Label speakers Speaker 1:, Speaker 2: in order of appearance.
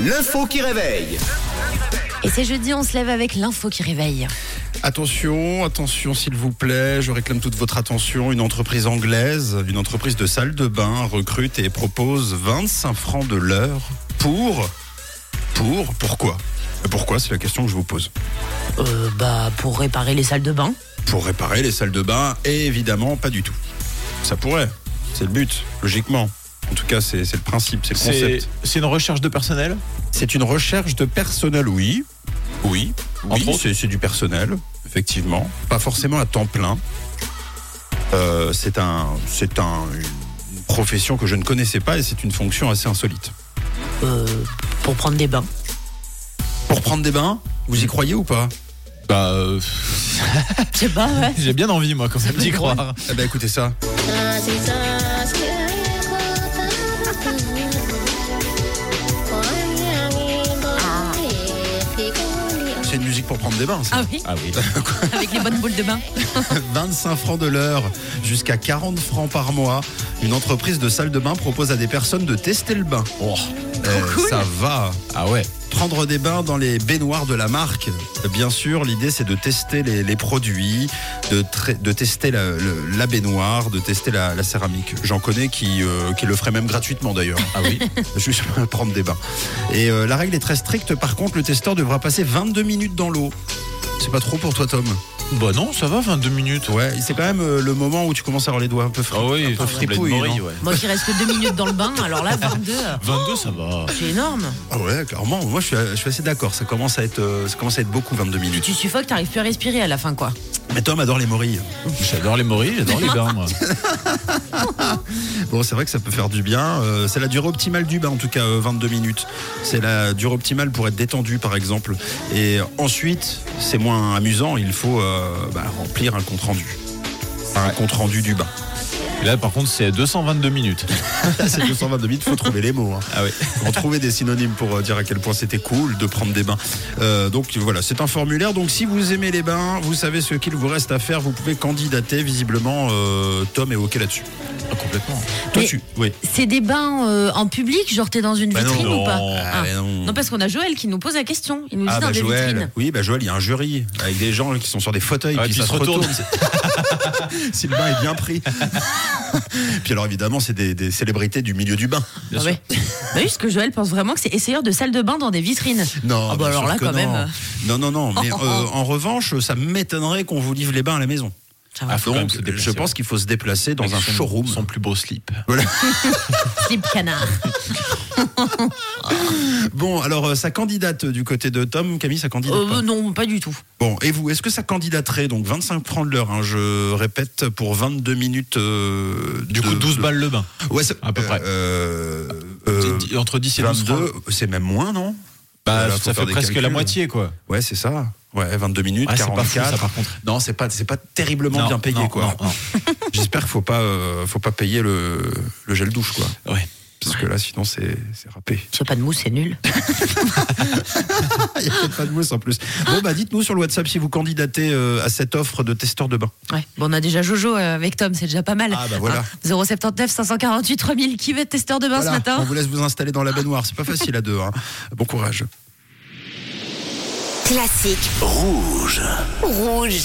Speaker 1: L'info qui réveille.
Speaker 2: Et c'est jeudi, on se lève avec l'info qui réveille.
Speaker 3: Attention, attention s'il vous plaît, je réclame toute votre attention. Une entreprise anglaise, une entreprise de salle de bain recrute et propose 25 francs de l'heure pour... Pour Pourquoi Pourquoi C'est la question que je vous pose.
Speaker 2: Euh, bah, pour réparer les salles de bain.
Speaker 3: Pour réparer les salles de bain Et évidemment, pas du tout. Ça pourrait, c'est le but, logiquement. En tout cas, c'est c'est le principe, c'est le
Speaker 4: C'est
Speaker 3: concept.
Speaker 4: c'est une recherche de personnel
Speaker 3: C'est une recherche de personnel, oui. Oui,
Speaker 4: Entre
Speaker 3: oui
Speaker 4: autres.
Speaker 3: c'est- c'est du personnel, effectivement. Pas forcément à temps plein. Euh, c'est un, c'est un, une profession que je ne connaissais pas et c'est une fonction assez insolite.
Speaker 2: Euh, pour prendre des bains.
Speaker 3: Pour prendre des bains, vous y croyez ou pas
Speaker 4: Bah, euh,
Speaker 2: Je sais pas, ouais.
Speaker 4: j'ai bien envie, moi, quand même, d'y croire.
Speaker 3: Eh ben écoutez ça. C'est une musique pour prendre des bains. ça.
Speaker 2: Ah oui,
Speaker 4: Ah oui.
Speaker 2: avec les bonnes boules de bain.
Speaker 3: 25 francs de l'heure jusqu'à 40 francs par mois. Une entreprise de salle de bain propose à des personnes de tester le bain. Euh, Ça va.
Speaker 4: Ah ouais.
Speaker 3: Prendre des bains dans les baignoires de la marque. Bien sûr, l'idée c'est de tester les, les produits, de, tra- de tester la, le- la baignoire, de tester la, la céramique. J'en connais qui, euh, qui le feraient même gratuitement d'ailleurs.
Speaker 4: Ah oui.
Speaker 3: Juste pour prendre des bains. Et euh, la règle est très stricte, par contre, le testeur devra passer 22 minutes dans l'eau. C'est pas trop pour toi, Tom
Speaker 4: Bah non, ça va, 22 minutes.
Speaker 3: Ouais, c'est quand même euh, le moment où tu commences à avoir les doigts un peu frais.
Speaker 4: Ah hein. oui,
Speaker 3: un peu
Speaker 4: complètement
Speaker 3: fripouille,
Speaker 4: morille,
Speaker 3: non
Speaker 4: ouais.
Speaker 2: Moi qui reste que deux minutes dans le bain, alors là, 22, euh,
Speaker 4: 22, ça va.
Speaker 2: c'est énorme.
Speaker 3: Ah ouais, clairement. Moi, je suis, je suis assez d'accord. Ça commence à être, euh, ça commence à être beaucoup, 22 minutes.
Speaker 2: Tu suffoques, t'arrives plus à respirer à la fin, quoi.
Speaker 3: Mais Tom adore les morilles.
Speaker 4: J'adore les morilles, j'adore les bains, moi.
Speaker 3: Bon, c'est vrai que ça peut faire du bien. Euh, c'est la durée optimale du bain, en tout cas, euh, 22 minutes. C'est la durée optimale pour être détendu, par exemple. Et ensuite, c'est moins amusant. Il faut euh, bah, remplir un compte rendu. Un compte rendu du bain.
Speaker 4: Et là, par contre, c'est 222 minutes.
Speaker 3: Là, c'est 222 minutes, faut trouver les mots. hein.
Speaker 4: Ah oui.
Speaker 3: Faut en trouver des synonymes pour euh, dire à quel point c'était cool de prendre des bains. Euh, donc voilà, c'est un formulaire. Donc si vous aimez les bains, vous savez ce qu'il vous reste à faire. Vous pouvez candidater. Visiblement, euh, Tom est OK là-dessus.
Speaker 4: complètement.
Speaker 3: Toi,
Speaker 2: Mais-
Speaker 3: tu. Oui.
Speaker 2: C'est des bains euh, en public, genre t'es dans une
Speaker 3: Bah non,
Speaker 2: vitrine
Speaker 3: non,
Speaker 2: ou pas
Speaker 3: ah, mais non.
Speaker 2: Non, parce qu'on a Joël qui nous pose la question. Il nous dit
Speaker 3: Ah
Speaker 2: dans
Speaker 3: bah
Speaker 2: des
Speaker 3: Joël,
Speaker 2: vitrines.
Speaker 3: oui bah Joël, il y a un jury avec des gens qui sont sur des fauteuils
Speaker 4: Ah,
Speaker 3: puis
Speaker 4: qui
Speaker 3: ça
Speaker 4: se retourne.
Speaker 3: si le bain est bien pris. puis alors évidemment c'est des, des célébrités du milieu du bain.
Speaker 4: Bien
Speaker 2: Ah
Speaker 4: sûr.
Speaker 2: ouais. bah oui, parce que Joël pense vraiment que c'est essayeur de salle de bain dans des vitrines.
Speaker 3: Non,
Speaker 2: Ah bah
Speaker 3: bien
Speaker 2: alors
Speaker 3: sûr
Speaker 2: là,
Speaker 3: que
Speaker 2: quand
Speaker 3: non.
Speaker 2: même, euh.
Speaker 3: Non, non, non. Mais euh, en revanche, ça m'étonnerait qu'on vous livre les bains à la maison.
Speaker 2: Ça va.
Speaker 4: Ah, faut quand même
Speaker 3: Donc,
Speaker 4: se déplacer,
Speaker 3: je pense
Speaker 4: ouais.
Speaker 3: qu'il faut se déplacer dans
Speaker 4: Avec
Speaker 3: un
Speaker 4: son-
Speaker 3: showroom.
Speaker 4: Son plus beau slip.
Speaker 2: Slip canard.
Speaker 3: Bon, alors euh, ça candidate euh, du côté de Tom, Camille, ça candidate.
Speaker 2: Euh,
Speaker 3: pas.
Speaker 2: non, pas du tout.
Speaker 3: Bon, et vous, est-ce que ça candidaterait donc 25 francs de l'heure hein, Je répète pour 22 minutes. euh,
Speaker 4: Du coup,
Speaker 3: de-
Speaker 4: 12
Speaker 3: de-
Speaker 4: balles le bain.
Speaker 3: Ouais, c'est-
Speaker 4: à peu près.
Speaker 3: euh, euh,
Speaker 4: C'est- hein. entre 10 et 12 francs.
Speaker 3: 22, c'est même moins, non
Speaker 4: Bah,
Speaker 3: Là, faut
Speaker 4: ça
Speaker 3: faire
Speaker 4: fait
Speaker 3: des
Speaker 4: presque la
Speaker 3: calculs.
Speaker 4: moitié, quoi.
Speaker 3: Ouais, c'est ça. Ouais, 22 minutes,
Speaker 4: Ah, c'est pas
Speaker 3: 44.
Speaker 4: fou, ça, par contre.
Speaker 3: Non, c'est pas, c'est pas terriblement
Speaker 4: Non,
Speaker 3: bien payé,
Speaker 4: non,
Speaker 3: quoi.
Speaker 4: non,
Speaker 3: J'espère qu'il faut pas, euh, faut pas payer le, le gel douche, quoi.
Speaker 4: non. Ouais.
Speaker 3: Parce que là, sinon, c'est c'est râpé.
Speaker 2: Je pas de mousse, c'est nul.
Speaker 3: Il n'y a peut-être pas de mousse en plus. Bon, bah, dites-nous sur le WhatsApp si vous candidatez euh, à cette offre de testeur de bain.
Speaker 2: Ouais. Bon, on a déjà Jojo euh, avec Tom, c'est déjà pas mal.
Speaker 3: Ah, bah voilà.
Speaker 2: Hein, 079 548 3000. Qui veut être testeur de bain
Speaker 3: Voilà,
Speaker 2: ce matin
Speaker 3: on vous laisse vous installer dans la baignoire. C'est pas facile à deux. hein. Bon courage.
Speaker 5: Classique. Rouge. Rouge.